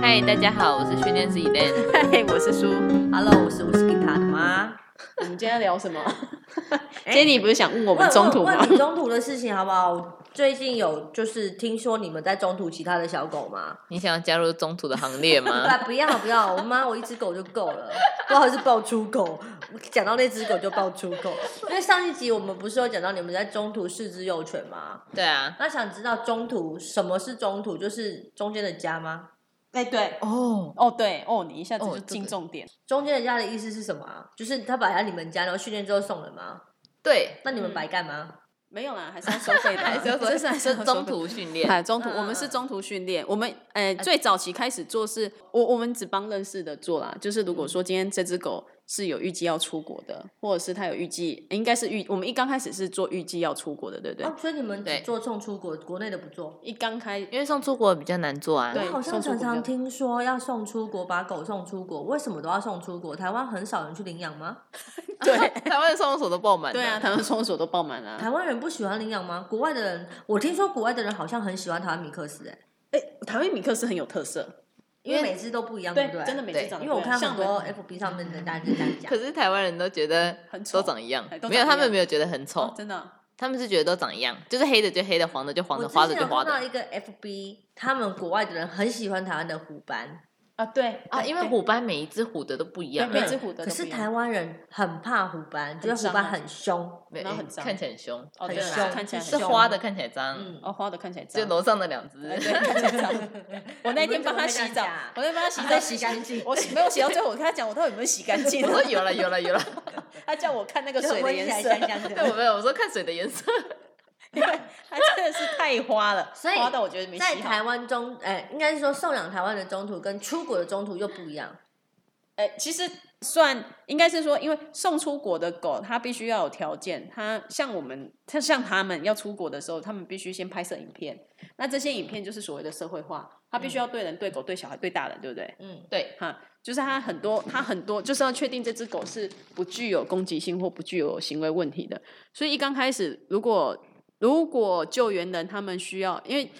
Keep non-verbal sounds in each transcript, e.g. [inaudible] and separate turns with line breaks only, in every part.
嗨，大家好，我是训练师 Eden。
嗨，我是苏。
Hello，我是 Whisky 塔的妈。
我们今天要聊什么？今天你不是想问我们中途
问
吗
问？你中途的事情好不好？最近有就是听说你们在中途其他的小狗吗？
你想要加入中途的行列
[laughs]
吗？
不，不要不要，我妈我一只狗就够了，不好意思爆粗狗。我讲到那只狗就爆粗狗，因为上一集我们不是有讲到你们在中途试只幼犬吗？
对啊，
那想知道中途什么是中途，就是中间的家吗？
哎，对，
哦，
哦对，哦，你一下子
哦
就
这个
进重点。
中间的家的意思是什么啊？就是他把它你们家，然后训练之后送人吗？
对，
那你
嗯
们白干吗？
没有啦，还是要收费的啊，
还是要
真是还
说
是
是
要收费
中。途训
[laughs]
练。
哎，中途我们是中途训练，我们呃最早期开始做是，我我们只帮认识的做啦。就是如果说今天这只狗是有预计要出国的，或者是它有预计，应该是预我们一刚开始是做预计要出国的，对不对
哦？，所以你们
对
只做送出国，国内的不做。
一刚开
因为送出国比较难做啊，
对
我好
送
像
出国
常
比较
常听说要送出国，把狗送出国，为什么都要送出国？台湾很少人去领养吗？
对
台湾的收容所都爆满。
对啊，，台湾搜索都爆满了啊。
台湾人不喜欢领养吗？国外的人，我听说国外的人好像很喜欢台湾米克斯、欸，哎，
哎，台湾米克斯很有特色，
因为每只都不一样，对不对？
真的每
对
次长得
因为我
不一
看
样
很
像我
多
们
FB 上面的大家就这样讲
可，是台湾人都觉得
很丑
都长一样
哎都，长
没有，
一样
他们没有觉得很
哦
丑，
真的啊。
他们是觉得都长一样，就是黑的就黑的，黄的就黄
我
的，
之
花的
前
就
有
花
看到
的
一个 FB，他们国外的人很喜欢台湾的虎斑，
啊，对
啊。因为虎斑每一只虎的都不一样啊，
对每只虎的都不
可是
一样
台湾人很怕虎斑，觉得虎
很脏
斑
啊
很凶，
没有
然后很脏
看起来很凶，
哦
很
对啦
凶
看起来很
是
凶
花的看起来脏，
嗯，
哦，花的看起来
就
脏。
楼上的两只
哎。 [laughs] 对看起来脏
[laughs]
我那天帮他洗澡，我那天帮他洗澡，
洗干净
我洗没有洗到最后，我跟他讲我到底有没有洗干净
[laughs] 我。说有了有了有了，
[laughs]
[laughs]
他叫我看那个水的颜
就闻起
色，
来香香
对，我
的。
没有，我说看水的颜色，
因为 [laughs] 他真的是太花了，
所以
花到我觉得没
在
洗好。
台湾中，哎、应该是说送养台湾的中途跟出国的中途又不一样。
呃，其实算应该是说，因为送出国的狗，它必须要有条件。它像我们，它像他们要出国的时候，他们必须先拍摄影片。那这些影片就是所谓的社会化，它必须要对人、对狗、对小孩、对大人，对不对？
嗯，
对，
哈，就是它很多，它很多就是要确定这只狗是不具有攻击性或不具有行为问题的。所以一刚开始，如果如果救援人他们需要，因为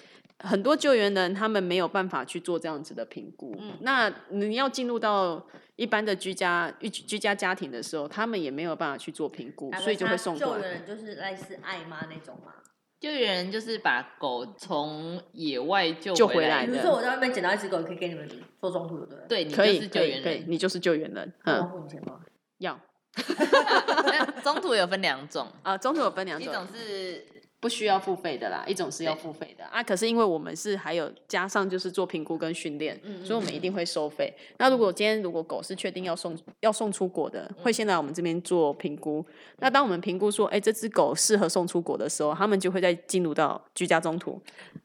很多救援人他们没有办法去做这样子的评估，
嗯
那你要进入到一般的居家居居家家庭的时候，他们也没有办法去做评估，所以就会送过
救
来。
援人就是类似爱妈那种嘛。
就有人就是把狗从野外救
救
回
回
来
来
比
的
如说我在外面捡到一只狗，可以给你们做中途的，对不
对，
对？
你就
可以
是，救
可
援
以，可以，
人。哦
你就是救援人，
那我
嗯，
付你钱吗？
要
那中途有分两种，
啊，中途有分两
一
种，
种是
不需要付费的啦，一种是要付费的啊。可是因为我们是还有加上就是做评估跟训练，
嗯嗯
所以我们一定会收费。那如果今天如果狗是确定要送要送出国的，会先来我们这边做评估。那当我们评估说，哎、这只狗适合送出国的时候，他们就会再进入到居家中途。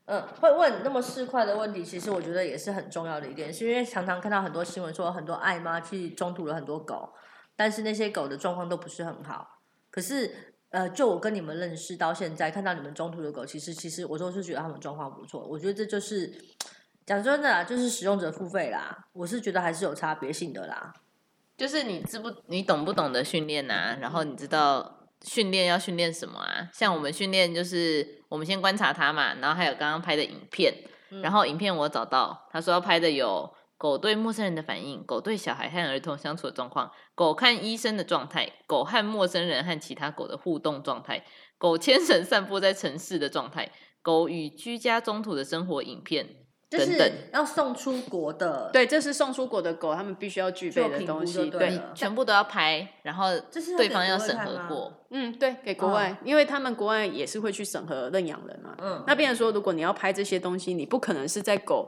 嗯，会问那么市侩的问题，其实我觉得也是很重要的一点，是因为常常看到很多新闻说很多爱妈去中途了很多狗，但是那些狗的状况都不是很好。可是呃，就我跟你们认识到现在，看到你们中途的狗，其实其实我都是觉得他们状况不错。我觉得这就是讲真的啦，就是使用者付费啦，我是觉得还是有差别性的啦。
就是你知不你懂不懂得训练啊？然后你知道训练要训练什么啊？像我们训练就是我们先观察它嘛，然后还有刚刚拍的影片，
嗯
然后影片我找到他说要拍的有狗对陌生人的反应、狗对小孩和儿童相处的状况、狗看医生的状态、狗和陌生人和其他狗的互动状态、狗牵绳散步在城市的状态、狗与居家中途的生活影片
就
等
是
等。
要送出国的，，
对，这是送出国的狗，他们必须要具备
做
的
评估
东
就
西。
对
你
对
了，
全部都要拍，然后
这是要
对
给
方
国
要
外
审
看
核
吗
过。
嗯，对，给国外，因为他们国外也是会去审核认养人嘛。
嗯，
那变成说，如果你要拍这些东西，你不可能是在狗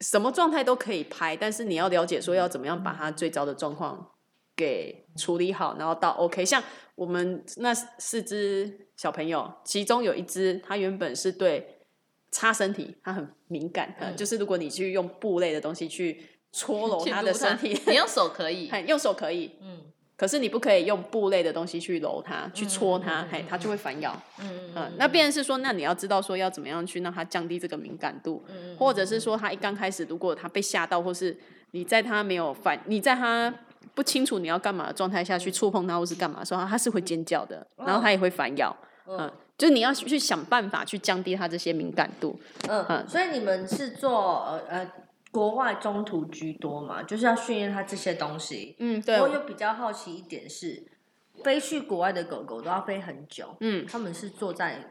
什么状态都可以拍，但是你要了解说要怎么样把它最糟的状况给处理好，然后到 OK。像我们那四只小朋友，其中有一只它原本是对擦身体，它很敏感，呃
嗯
就是如果你去用布类的东西去搓揉
去
它的
撸
身体，
你用手可以，
[laughs] 嘿用手可以，
嗯
可是你不可以用布类的东西去揉它、去搓它，
嗯嗯嗯
嘿，它就会反咬。
嗯
嗯，那变成是说，那你要知道说要怎么样去让它降低这个敏感度，
嗯
或者是说它一刚开始，如果它被吓到，或是你在它没有反，你在它不清楚你要干嘛的状态下去触碰它或是干嘛的时候，它是会尖叫的，然后它也会反
哦
咬。嗯，就是你要去想办法去降低它这些敏感度。
嗯，
嗯
所以你们是做呃呃国外中途居多嘛，就是要训练它这些东西。
嗯，对，
我有比较好奇一点是，飞去国外的狗狗都要飞很久，
嗯，
他们是坐在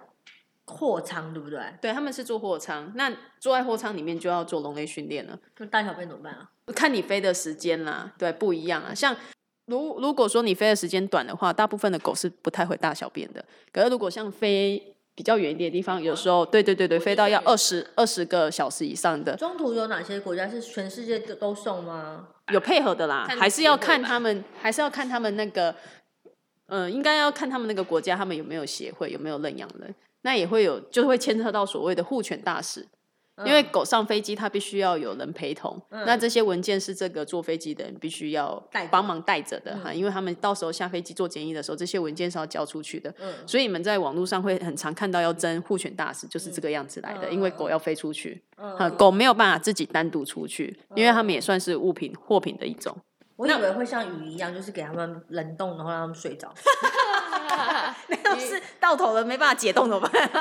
货舱，对不对？
对，他们是坐货舱，那坐在货舱里面就要做笼类训练了。
那大小便怎么办啊？
看你飞的时间啦，对，不一样啊。像如如果说你飞的时间短的话，大部分的狗是不太会大小便的。可是如果像飞比较远一点的地方，有时候对对对对，飞到要二十二十个小时以上的，
中途有哪些国家是全世界都都送吗？
有配合的啦，
看
还是要
机会
看
吧
他们，还是要看他们那个，呃，应该要看他们那个国家，他们有没有协会，有没有认养人，那也会有，就会牵扯到所谓的护犬大使。因为狗上飞机，它必须要有人陪同。那这些文件是这个坐飞机的人必须要
带着
帮忙带着的哈，因为他们到时候下飞机做检疫的时候，这些文件是要交出去的。
嗯，
所以你们在网络上会很常看到要争护犬大使，就是这个样子来的。
嗯
因为狗要飞出去，
嗯
哈，呃狗没有办法自己单独出去，因为它们也算是物品货品的一种。
我以为会像雨一样，就是给他们冷冻，然后让他们睡着。
要 [laughs] 是到头了没办法解冻怎
[laughs]
么办？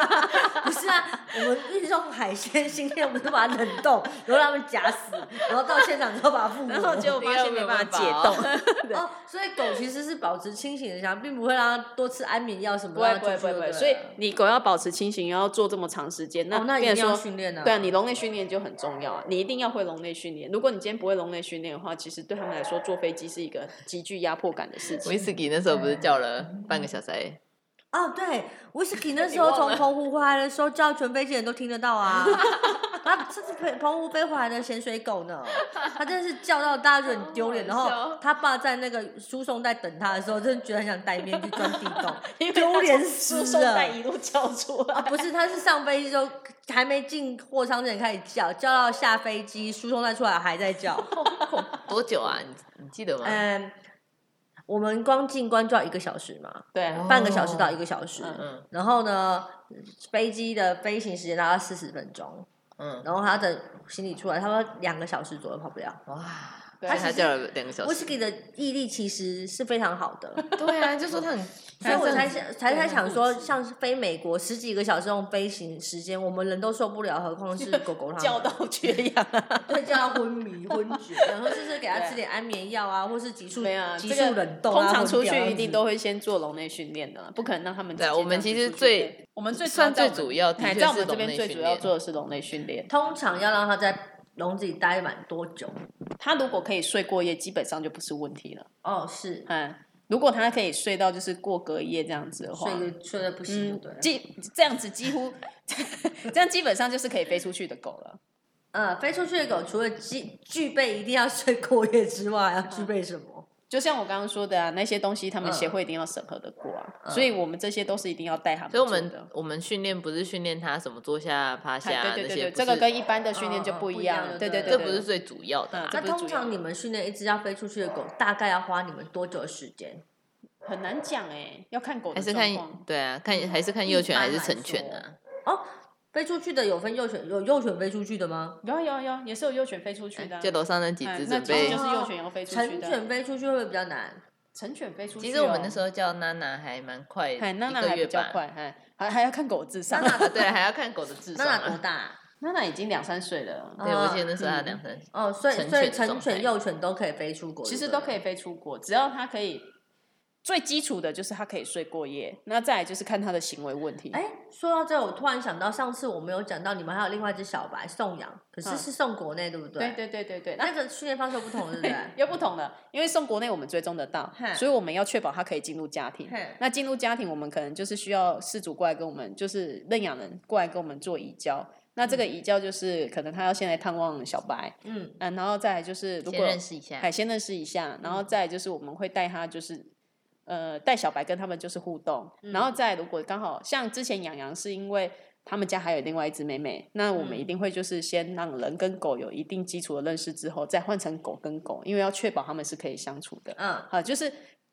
不是啊，我们运送海鲜新鲜，我们都把它冷冻，然后让他们夹死，然后到现场之后把它复活。
然后结果发现没办法解冻。对
哦，所以狗其实是保持清醒的想，并不会让它多吃安眠药什么。
不会不会
啊
不会不会，所以你狗要保持清醒，要做这么长时间，
哦，那一
变
定
成
要
说
训练啊。
对啊，你笼内训练就很重要啊，你一定要会笼内训练。如果你今天不会笼内训练的话，其实对他们来说坐飞机是一个极具压迫感的事 [laughs]
威
情。
士忌那时候不是叫了
嗯
半个小时来？
哦，对，威士忌那时候
你忘
从
了
澎湖回来的时候叫全飞机人都听得到 [laughs] 啊。然后甚至澎澎湖飞回来的咸水狗 [laughs] 呢，他真的是叫到大家觉得很丢脸。然
好好笑
后他爸在那个输送带等他的时候，真的觉得很想带面去钻地洞
因为，他
丢脸
从
死
输送
了。
带一路叫出
啊，
来，
[laughs] 不是，他是上飞机就还没进货舱之前开始叫，叫到下飞机，输送带出来还在 [laughs] 叫。
多久啊？你你记得吗？
嗯，我们光进关就要一个小时嘛，
对
哦
半个小时到一个小时。
嗯
嗯
然后呢，飞机的飞行时间大概四十分钟，
嗯，
然后还要等行李出来，他说两个小时左右跑不了。
哇，
对
所以他叫了两个小
威
时。
士忌的毅力其实是非常好 [laughs] 的，
对啊，就说他很，
所以我才
才
想才才想说，像是飞美国十几个小时那种飞行时间，我们人都受不了，何况是狗狗它们
叫到缺氧、
[laughs]
啊。
对，叫他昏迷昏厥，然后甚至给他吃点安眠药啊，或是急速
没啊，
急
这
速
个
冷冻啊、
通常出
或者怎样
去
子
一定都会先做笼内训练的啦，不可能让他们直
对
接
啊
这样
我们
子
其实
出去
最
对我们最
算
主要在
最
我们
主要的
哎
确
在我
是
们这
笼
边
内
最
训
主要
练啊
做的是笼内训练。
通常要让他在笼子里待满多久？
他如果可以睡过夜，基本上就不是问题了。
哦，是
嗯，如果他可以睡到就是过隔夜这样子的话，
睡得睡得不行，
嗯
对不，对？
基这样子几乎， [laughs] 这样基本上就是可以飞出去的狗了。
呃，飞出去的狗除了具具备一定要睡过夜之外，要
嗯
具备什么？
就像我刚刚说的啊，那些东西他们
嗯
协会一定要审核的过啊，
嗯
所以我们这些都是一定要带他们
所以我
做的。
们我们训练不是训练他什么坐下、趴下
哎
啊
对
那
对对
些，
对，
不
这个
是
跟一般的训练就
嗯嗯
不
不一
样
样
了。
的
对
对
对，
这
对
不是最主要的
嗯
啊。
这
那
不是主
通
要
常你们训练一只要飞出去的狗，大概要花你们多久的时间？
很难讲哎，要看狗
还
的
是
状
看
况。嗯
对啊，看还是看幼犬
一般
还是
来
成犬
说
啊？
哦，飞出去的有分幼犬，有幼犬飞出去的吗？
有啊有啊有啊，也是有幼犬飞出去的啊。
就楼上那几
哎
只
那
准
其实
备
就。是幼犬要飞出去
成
的，
犬飞出去会不会比较难？
成犬飞出去哦。
其实我们那时候叫娜娜还蛮快，一
哎，娜娜
个
还
月
比较
吧。
快，哎，还还要看狗智商。
啊 [laughs] 对，还要看狗的智
那
商
哪多
啊。
大
[laughs]
啊？
娜娜已经两三岁了，
对，我记得
啊
那时候他
嗯
两三岁。
哦，所以
成
所
犬的
以成
状态
犬、幼犬都可以飞出国，
[laughs] 其实都可
以。
以飞出国，只要它可以。最基础的就是它可以睡过夜，那再来就是看它的行为问题。
哎，说到这，我突然想到，上次我们有讲到你们还有另外一只小白送养，可是
嗯
是送国内，对不
对
对？
对对对对，那
那个训练方式不同，对不对？
又不同了，因为送国内我们追踪得到
嘿，
所以我们要确保它可以进入家庭
嘿。
那进入家庭，我们可能就是需要事主过来跟我们，就是认养人过来跟我们做移交。那
嗯
这个移交就是可能他要先来探望小白，
嗯，
嗯，然后再来就是如
先
果
认识一下，嗯
海先认识一下，然后再来就是我们会带他就是。呃，带小白跟他们就是互动，
嗯
然后再如果刚好像之前养羊是因为他们家还有另外一只妹妹，那我们
嗯
一定会就是先让人跟狗有一定基础的认识之后，再换成狗跟狗，因为要确保他们是可以相处的。
嗯，
好，就是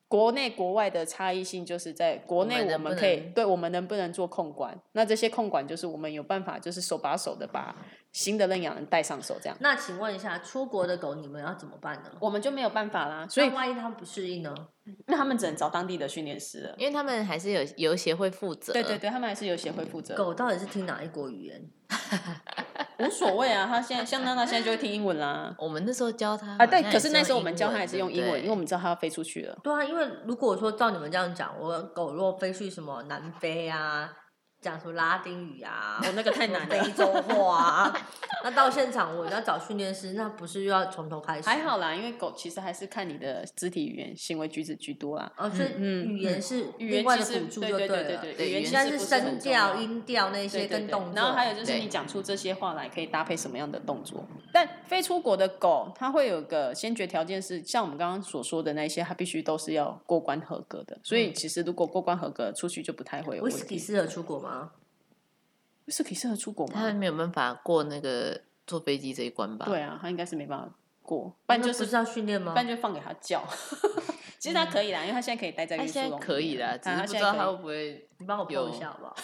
国内国外的差异性，就是在国内
我们
我
能
们
不
可以
能
对我们能不能做控管，那这些控管就是我们有办法就是手把手的把新的认养人带上手这样。
那请问一下，出国的狗你们要怎么办呢？
我们就没有办法啦，所以
那万一它们不适应呢？
那他们只能找当地的训练师了。
因为他们还是有由协会负责。
对对对，他们还是由协会负责。
狗到底是听哪一国语言？
无所谓啊。他现在像娜娜现在就会听英文 [laughs] 啦。
我们那时候教他
啊，
好
对，
像
可是
也
那
用
时候我们教他也是用英
对
文，
不
因为我们知道他要飞出去了。
对啊，因为如果说照你们这样讲，我狗若飞去什么南非啊，讲什么拉丁语啊，
哦，那个太难了
非。洲话啊，那到现场我要找训练师，那不是又要从头开始？
还好啦，因为狗其实还是看你的肢体语言、行为举止居多啦。
哦，所以
嗯嗯
语言是
语
另
言
外
其
的
实
辅助
对
就
对
了，
对对
对
语
应
言
应
其该
该
实
是
不是
声
很重要
调、音调那些
对对
跟
对
动作。
然后还有就是
对
你讲出这些话来，可以搭配什么样的动作？但飞出国的狗，它会有个先决条件是，像我们刚刚所说的那些，它必须都是要过关合格的。所
嗯
以其实如果过关合格，出去就不太会有
威
问
士忌
题。
适合出国吗？
威士忌适合出国
他
吗？
没有办法过那个坐飞机这一关吧？
对啊，它应该是没办法过，不然
那
就
不
是
是要训练吗
不？然就放给它叫。 [laughs] 其实它可以啦，因为它现在可以待在
他
运输
嗯现在
笼
可以
里面
啦，只是
啊
不
现
知道
在可以
他会不会
你帮我
有
碰一下好不好？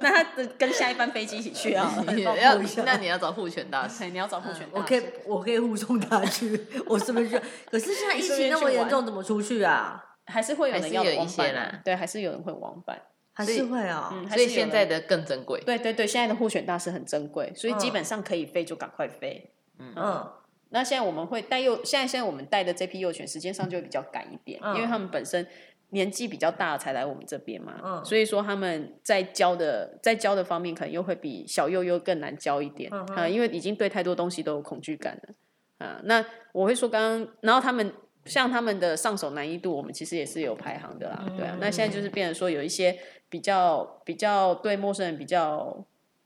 那他的跟下一班飞机一起去
[laughs]
啊？ [laughs]
要，那你要找护犬大师。
对，你要找护犬大
我
使。
可以，我可以护送他去， [laughs] 我是不是就？可是现在疫
顺
情
便
那么
去
严
玩
重，怎么出去啊？
还是会有人要
还是有
往
一些
返
啦
啊，对，还是有人会往返。
还
所以
是会啊、
嗯，还
所
是
以
有
现在
人
的更珍
[laughs]
贵。
对对对，现在的护犬大师很珍贵，所以基
嗯
本上可以飞就赶快飞。
嗯，
那现在我们会带幼，现在现在我们带的这批幼犬时间上就会比较赶一点，
嗯
因为他们本身年纪比较大才来我们这边嘛，
嗯
所以说他们在教的在教的方面可能又会比小幼幼更难教一点，
嗯哼
啊，因为已经对太多东西都有恐惧感了，啊，那我会说刚刚，然后他们。像他们的上手难易度，我们其实也是有排行的啦，对啊。那现在
嗯
就是变成说有一些比较比较对陌生人比较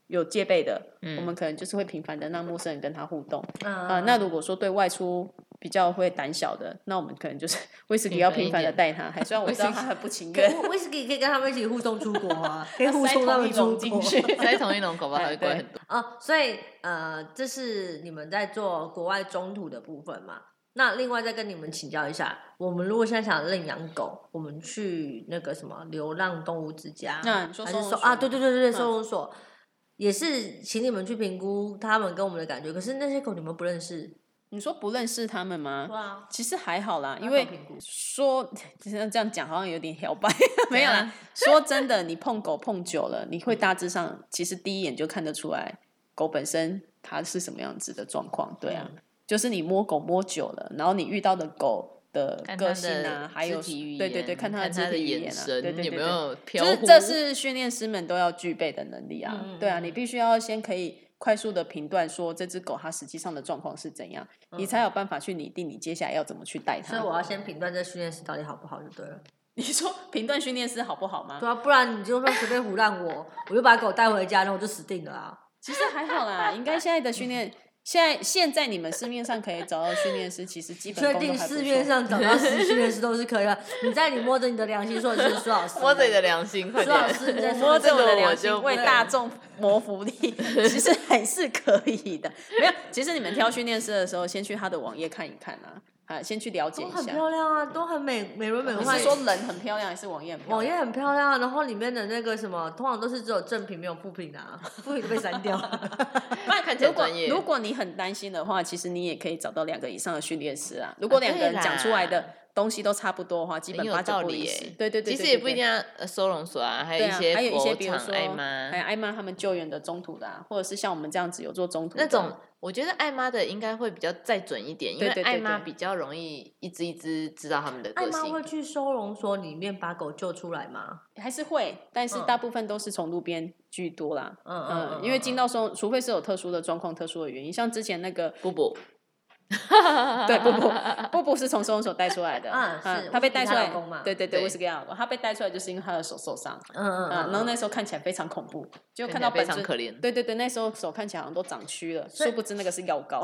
有戒备的，我们可能就是会频繁的让陌生人跟他互动，
嗯
啊，那如果说对外出比较会胆小的，那我们可能就是 [laughs] 威士忌要频繁的带他，还虽然我知道他很
[laughs]
不情愿，
威威士忌可以跟他们一起护送出国
[laughs]
啊，可以护
塞
送他
同一
们出
笼进
国
去。
塞同一笼，搞不好还会贵很多。
啊。所以呃，这是你们在做国外中途的部分嘛？那另外再跟你们请教一下，我们如果现在想认养狗，我们去那个什么流浪动物之家，
那你说
还
收
是
容
说
所
啊？
吗
对对对对，对
嗯
收容所、也是，请你们去评估他们跟我们的感觉。可是那些狗你们不认识，
你说不认识他们吗？
哇，
其实还好啦，
那
因为
怎么评估
说这样这样讲好像有点摇摆， [laughs] 没有啦。说真的，你碰狗碰久了，你会大致上其实第一眼就看得出来狗本身它是什么样子的状况。对
嗯
啊，就是你摸狗摸久了，然后你遇到的狗的
看它
个
的
性啊，还有
肢体语言，
对对对，看它
看
肢
他
体语
眼
言啊，对
神
对对
有没
对
有
就
飘
是
忽，
这是训练师们都要具备的能力啊。
嗯嗯
对啊，
嗯
你必须要先可以快速的评断说这只狗它实际上的状况是怎样，你才有办法去拟定你接下来要怎么去带
嗯所以
它。
我要先评断这训练师到底好不好就对了。
你说评断训练师好不好吗？
对啊，不然你就说随便胡乱我，我就把狗带回家，然后我就死定了啊！
其实还好啦，应该现在的训练，现在现在你们市面上可以找到训练师，其实基本
确
功
定
都还不
市
错
面上找
[laughs]
到实训练师都是可以的。你在你摸着你的良心说你是苏老师，
摸着你的良心，快
苏
啊
老
点。
师你在
我摸
说
着
这
我的
个
良
我
心
就
为
不
大众谋福利，其实还是可以的。没有，其实你们挑训练师的时候，先去他的网页看一看啊，啊，先去了解
都
一
很
下。
漂亮啊，都很美美轮美
你
奂。啊
是说人很漂亮，还是网页很漂
网
亮？
页很漂亮，啊然后里面的那个什么，通常都是只有正品没有副品的啊，副品就被删掉。
[laughs]
看起来
如果
专业，
如果你很担心的话，其实你也可以找到两个以上的训练师啊。如果两个
对
人
啦
讲出来的东西都差不多的话，基
很
本
有
八
道
九不
理
离
耶
十。。对对对，
其
对
实也
对
不一定要呃收容所啊，还有
对
一
啊，
些
还有一些
国
比如
场
说
爱妈
还有艾妈他们救援的中途的、啊，或者是像我们这样子有做中途的
那种。我觉得爱妈的应该会比较再准一点，因为
对对对
爱妈
对
比较容易一只一只知道他们的
艾
个
妈
性
会。去收容所里面把狗救出来吗？
还是会，但是
嗯
大部分都是从路边居多啦。
嗯嗯
嗯，
嗯，
因为进
嗯
到收，除非是有特殊的状况、特殊的原因，像之前那个
布布，
[laughs] 对布布 [laughs] 布布是从收容所带出来的，
啊是
嗯
威
他被
士忌
带
她
出
老
来
公嘛，
对对对，
对
威士忌她老公，他被带出来就是因为他的手受伤，
嗯
啊，
嗯嗯，
然后那时候看起来非常恐怖，就看
看起
到
来非
本
常
尊，
可怜。
对对对，那时候手看起来好像都长蛆了，
所以
殊不知那个是药膏。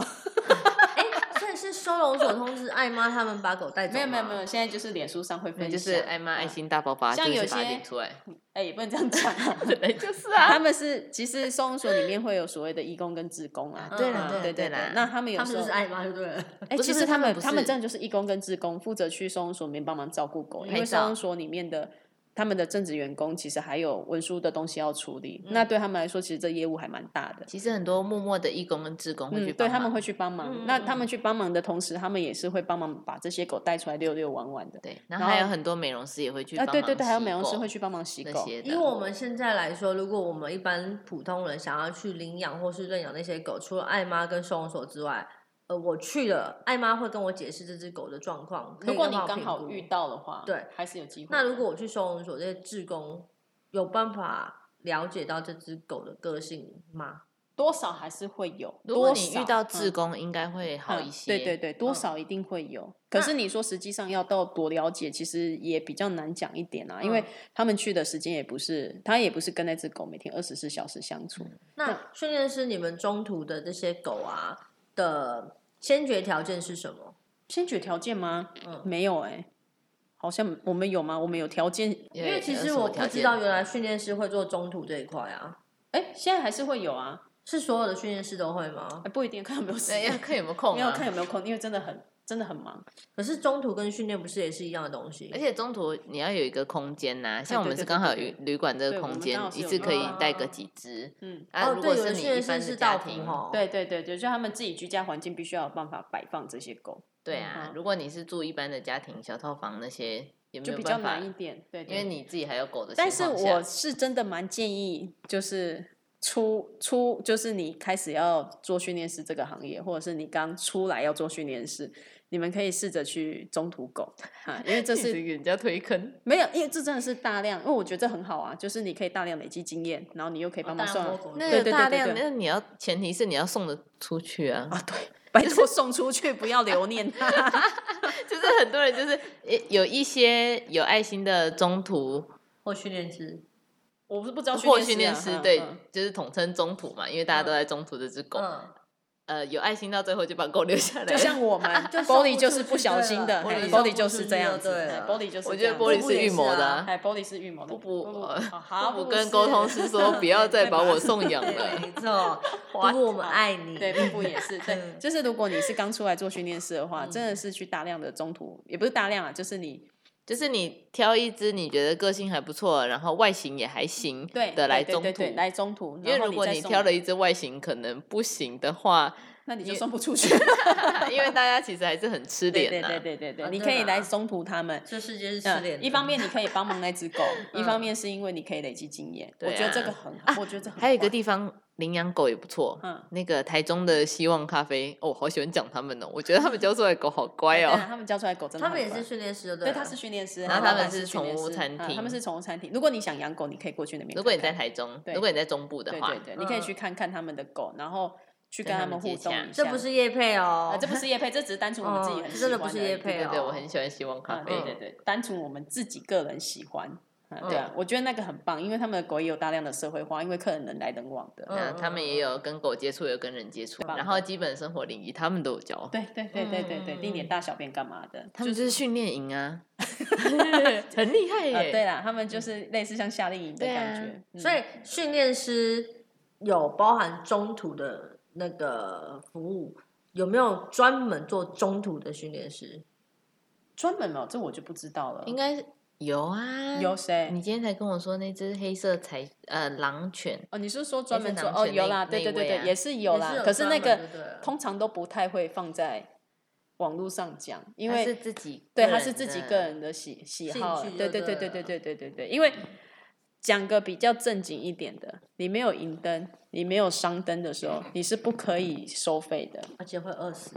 哎，所以是收容所通知艾妈他们把狗带走
没
吗？
有没有没有，现在就是脸书上会
那 [laughs]
分
就是
享
爱妈爱
嗯
心大爆发，
像
就
有
是把它
些
领出
[laughs]
来，
哎、也不能这样讲、啊。
本来就是
他
啊，
们是其实收容所里面会有所谓的义工跟职工啊，
嗯
对
啦
啦
对
对
对
啦，
那他们有
他们
时
就
候
是艾妈就对了。
哎，
不
其
是不
实
是他
们
们不
他们
是
真的就是义工跟职工负责去收容所里面帮忙照顾狗，因
没
为收
错
容所里面的。他们的正职员工其实还有文书的东西要处理，
嗯
那对他们来说，其实这业务还蛮大
[laughs]
的。
其实很多默默的义工跟志工会去
嗯，
帮
对，
忙、
他们会去帮忙。
嗯嗯
那
嗯
他们去帮忙的同时，他们也是会帮忙把这些狗带出来遛遛玩玩的。
对，然
然
后
后
还有很多美容师也会去
啊，
帮忙洗
对
狗，
对对，还有美容师会去帮忙洗
那
狗。
些的
以我们现在来说，如果我们一般普通人想要去领养或是认养那些狗，除了爱妈跟收容所之外，呃，我去了，爱妈会跟我解释这只狗的状况。可以
如果
跟
你
我
刚
评
好
估
遇到的话，
对，
还是有机会。
那如果我去收容所，这些志工有办法了解到这只狗的个性吗？
多少还是会有，
如果
多
你
少
遇到
嗯
志工，应该会好
嗯
一些。
对对对，多
嗯
少一定会有。可是你说实际上要到多了解，其实也比较难讲一点啊，因为
嗯
他们去的时间也不是，他也不是跟那只狗每天二十四小时相处。
嗯
那训练师，你们中途的这些狗啊的先决条件是什么？
先决条件吗？
嗯，
没有哎、好像我们有吗？我们有条件？
因
因为其实我不知道，原来训练师会做中途这一块啊，
哎、现在还是会有啊，
是所有的训练师都会吗
哎、？不一定，看有没有时
对要
间，
看有没有空、啊，
没有看有没有空，因为真的很真的很忙。
可是中途跟训练不是也是一样的东西？哦
而且中途你要有一个空间呐、像我们
哎对
是
对
刚好有
对对
旅馆这个
对我
空
们
间
刚好，是
一
有
次
那
可以
个
带个几只。
嗯，
啊，
哦，
如
对，
果
有的
是
训
你一
练
般
师
的
是
家
到庭
庭，
哦，，
对对对对，就他们自己居家环境必须要有办法摆放这些狗，
对啊
嗯，
如果你是住一般的家庭小套房那些，也没
就
有
比较
办法
难，一点。对
因
对
为你自己还有狗的情
但
况
是
下。
我是真的蛮建议，就是出出，就是你开始要做训练师这个行业，或者是你刚出来要做训练师，你们可以试着去中途狗啊，因为这
[laughs]
是
给人家推
[laughs]
坑，
没有，因为这真的是大量，因为我觉得这很好啊，就是你可以大量累积经验，然后你又可以帮忙算
哦
啊，
当然
那
对
个
对对
大
对
量，
对
那你要前提是你要送得出去啊。 [laughs]
对，拜托送出去，不要留念它。
就是很多人就是诶有一些有爱心的中途
或训练师，
我是不知道
或
训
训练
啊
师
嗯，
对 [laughs]
嗯，
就是统称中途嘛，因为大家都在中途这只狗，
嗯，
呃，有爱心到最后就把狗留下来了。[laughs]
就像我们
就送
body
不
就
出
是
去
不小
对
心
了
的
玻
嘿
啊璃送
，body
不
就
出
是
去
这
了
样子
对
嘿
了
，body 就是
啊我
这
觉得
样子
玻璃
布布
是
也
预
是
谋的
啊
啊，
哎，玻璃是预谋的。
布布
布布
呃
好
布
好，
我
布
跟沟通
[laughs]
师
[laughs]
说不要再把我送养
对，
了。
没
[laughs]
错，不过我们爱你，
嗯
对，布布也是对，
嗯
就是如果你是刚出来做训练师的
嗯
话，真的是去大量的中途，也不是大量啊，就是你
就是你挑一只你觉得个性还不错，然后外形也还行
对
的来
对
中
对
途
对。来中途，
因为
然后
如果
再
你
送
挑了，一只外形可能不行的话， [laughs]
那你就
你
送不出去。
因为大家其实还是很吃
对
脸
对
的、
对
啊。
对对对，
啊
你
对
可以
啦
来中途他们。
[laughs] 这世界是失
嗯
恋的，
一方面你可以帮忙那只
[laughs]
狗，一
嗯
方面是因为你可以累积经验，我
对
觉得这
啊
个很好，我觉得这很
还有一个
棒
地方领养狗也不错，
嗯
那个台中的希望咖啡，哦，我好喜欢讲他们哦，我觉得他们教出来的狗好乖
对啊
哦。
他们教出来的狗真的
他
很
们也
乖
是训练师，
对，
他
他是训练师，
然后
老
他们
板
是
训练
宠物
师
餐
啊他
厅
们是宠物餐厅。如果你想养狗，你可以过去那边看看。
如果你在台中，
对
如果你在中部的
对
话，
对对，你可以
嗯
去看看他们的狗，然后去
跟
跟
他
他
们
们
接
互动
洽
一下。
这不是叶配哦
啊，，这不是叶配，这只是单纯我们自己
哦
很
这
喜
真的
欢
不是
而已
业配
对
哦
对我很喜欢希望啊咖
啊，
啡。
嗯对对对，单纯我们自己个人喜欢。啊对啊
嗯，
我觉得那个很棒，因为他们的狗也有大量的社会化，因为客人人来人往的。
嗯，他们也有跟狗接触，有跟人接触，
棒
然后基本生活礼仪他们都有教。
对对对对对对，
嗯
定点大小便干嘛的？
他们就是训练营
[laughs]
啊，很厉害
啊，
耶。
对啦，他们就是类似像夏令营的
对啊
感觉。嗯
所以训练师有包含中途的那个服务，有没有专门做中途的训练师？
专门哦，这我就不知道了。
应该有啊。
有谁？
你今天才跟我说那只黑色柴呃狼犬，
哦，你是说专门做
狼
哦？
犬
有
那
啦，
那
对对
一
对
位
对，
啊
也是有啦。
也是有
可是那
专门
个
就对了
通常都不太会放在网络上讲，因
它是
为
自己
对
个
他
人
是自己
的
个人的喜喜
兴
好，
趣
对
就
对对对对
对
嗯
了
对对对对，因为讲个比较正经一点的，你没有银灯，你没有商灯的时候，你是不可以收费的。
而且会饿死。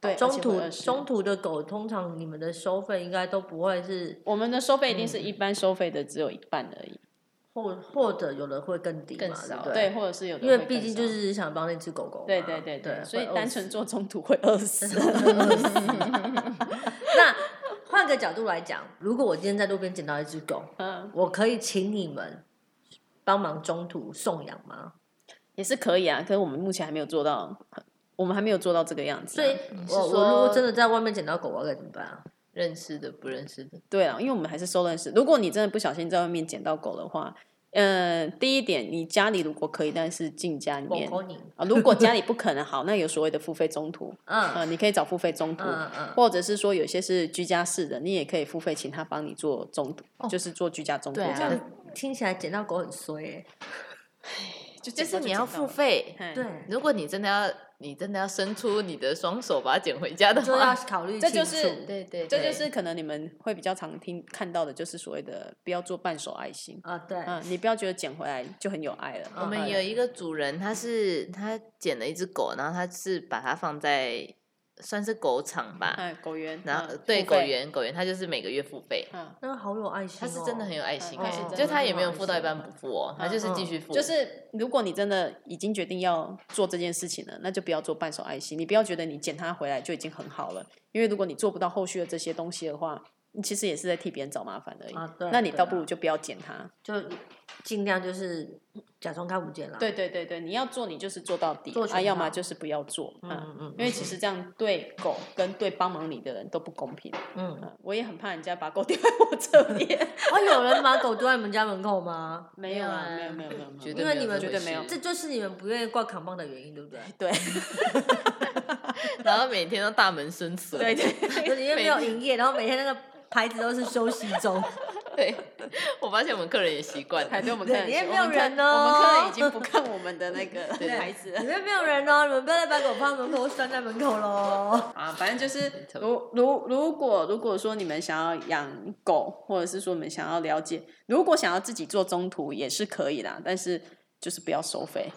对，
中
而且会
途
二十
中途的狗，通常你们的收费应该都不会是，
我们的收费一定是一般收费的只有一半而已，
或或者有的会更低
更
嘛，对
少
不
对，或者是有的
因为
会
毕
更
竟
少
就是想帮那只狗狗嘛。
对对对
对，啊
所以
会饿
单
死
纯做中途会饿 [laughs] 死。
那换个角度来讲，如果我今天在路边捡到一只狗，
嗯，
我可以请你们帮忙中途送养吗？
也是可以啊，可是我们目前还没有做到，我们还没有做到这个样子
所
啊、
以
是
我，我
说
如果真的在外面捡到狗，我要该怎么办啊？
认识的不认识的，
对啊，因为我们还是收认识。如果你真的不小心在外面捡到狗的话，呃，第一点，你家里如果可以，但是进家里
狗
面
狗你，
啊，如果家里不可能，好，那有所谓的付费中途，
嗯
呃，你可以找付费中途，
嗯嗯，
或者是说有些是居家式的，你也可以付费请他帮你做中途，就是做居家中途
哦对啊
这
这
样，
样嗯听起来捡到狗很衰欸
就
就
捡
是
到
你要
捡到
付
了，
费。
嘿
对，
如果你真的要，你真的要伸出你的双手把它捡回家的
就要
[laughs] 话，
考虑
这就
清
是
楚
对对，
这
对
就是可能你们会比较常听看到的，就是所谓的不要做半手爱心。
啊，对，
嗯，你不要觉得捡回来就很有爱了。
我们
嗯
有一个主人，他是他捡了一只狗，然后他是把它放在算是狗场吧，
嗯狗园，
然后
嗯
对
付
狗
费，
园狗园，他就是每个月付费，
嗯，
那个好有爱心
他
哦，
是真的很有爱心
嗯
欸，
他是真的
就他
很
也
有
没有
爱
付到一
心
半不付哦，他
嗯
就是
嗯
继续付，
就是如果你真的已经决定要做这件事情了，那就不要做半手爱心。你不要觉得你捡它回来就已经很好了，因为如果你做不到后续的这些东西的话，你其实也是在替别人找麻烦而已。
啊，对，
那你
对
倒
啊
不如就不要捡它。
就尽量就是假装看不见啦。，
对对对对，你要做你就是做到底
做，
啊，
全
要
套
么就是不要做。
嗯
嗯，
嗯嗯，
因为其实这样对狗跟对帮忙你的人都不公平。
嗯，
嗯，我也很怕人家把狗丢在我这 [laughs] 边。
哦，有人把狗丢在你们家门口吗？
没有啊，没有没有没有，没
绝
有
对
[laughs]
因为
没有
你们
这
绝
回
对没有
事
这就是你们不愿意挂扛棒的原因，对不对？
对
然后每天都大门生锁， [laughs]
对 [laughs] 对，
就是因为没有营业，然后每天那个牌子都是休息中，
对，我发现我们客人也习
[laughs]
惯
还
了，
对我们客人
对
有
也没有人
我们客
哦
人已经不看我们的那
[laughs]
个
对
牌子了
里面没有人哦，你们不要再把狗放在门口，拴在门
[laughs]
口喽。
啊。反正就是
错
如如如果如果说你们想要养狗，或者是说你们想要了解，如果想要自己做中途也是可以啦，但是就是不要收费。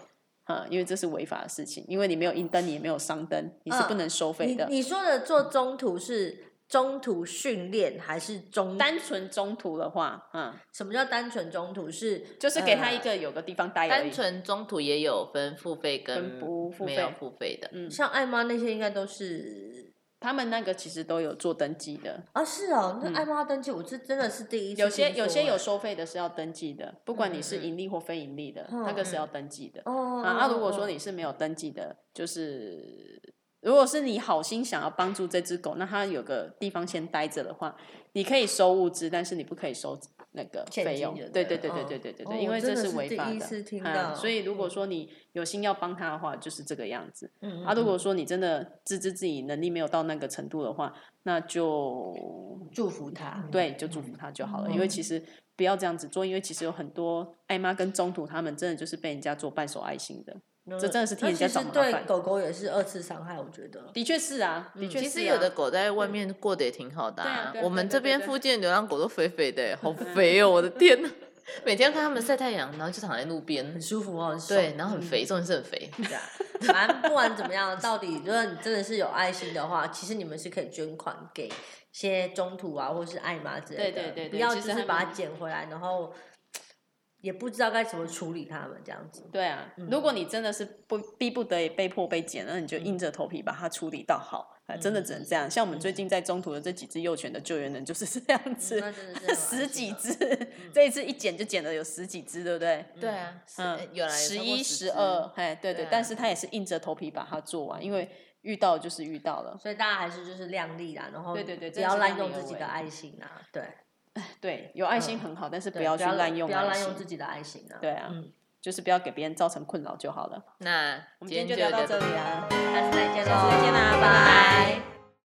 啊，因为这是违法的事情，因为你没有应灯，你也没有上灯，你是不
嗯
能收费
你
的。
你说的做中途是中途训练还是中？
单纯中途的话，嗯，
什么叫单纯中途？是
就是给他
呃
一个有个地方待而
单
已。
纯中途也有分付费
跟
跟
不付
没有
费
付费的，
嗯，
呃像爱妈那些应该都是
他们那个其实都有做登记的，
啊，是哦，那
嗯
爱妈登记我是真的是第一次
有些
听说
有些有
哎
收费的是要登记的，不管你是盈利或非盈利的，
嗯
那个是要登记的。
哦，
啊，啊如果
哦
说你是没有登记的，就是如果是你好心想要帮助这只狗，那它有个地方先待着的话，你可以收物资，但是你不可以收那个
现
费
金
用
就。
对对
对
对
了
对
嗯
对对对
哦
对，因为
我真
这
的是
违
第
法
一
的
次听。
嗯
到
所以如果说你有心要帮它的话，就是这个样子。
嗯
啊，如
嗯
果说你真的自知自己能力没有到那个程度的话，那就
祝福他，
对，就祝福他就好了。因为其实不要这样子做，因为其实有很多爱妈跟中途他们真的就是被人家做半手爱心的，
那
这真的是替
嗯那
人家
其
找
实
麻
对
烦
狗狗也是二次伤害，我觉得。
的确是啊，的确是、
嗯其
啊
实有的狗在外面过得也挺好的、
对啊对啊
我们这边
对对对对
附近的流浪狗都肥肥的、
[laughs]
好肥哦！我的天呐，每天看它们晒太阳，然后就躺在路边
很，舒服哦，很爽
对，，然后
嗯
很肥，重点是很肥。
这样。反正不管怎么样，到底如果你真的是有爱心的话，其实你们是可以捐款给一些中途啊，或是爱妈之类的，
对对对对
不要
其
就
实还
是把它
蛮
捡回来，然后也不知道该怎么处理它们这样子。
对啊，
嗯
如果你真的是不逼不得已被迫被剪，那你就硬着头皮把它处理到好，啊真的只能这样。像我们最近在中途的这几只幼犬的救援人就是这样子，
那
[laughs]
真的是很有
十
爱心
几
啊
只，这一次一剪就剪了有十几只，对不对？
对啊，是
嗯，
有来
十一、十二，，哎，对
对
对
啊，
但是他也是硬着头皮把它做完，因为遇到就是遇到了，
所以大家还是就是量力啦，然后
对对对
不
真的
要
是
滥
量力
用
而
自己
为
的爱心啊，对，
对，有爱心
嗯
很好，但是
对
不要去滥用
不要
爱
滥
心
用，自己的爱心啊，
对啊
嗯，
就是不要给别人造成困扰就好了。
那
我们
今天
今天就
就
聊到这
里。
里啦，啊
下次再见喽，
下次再见啦，拜
拜
拜
拜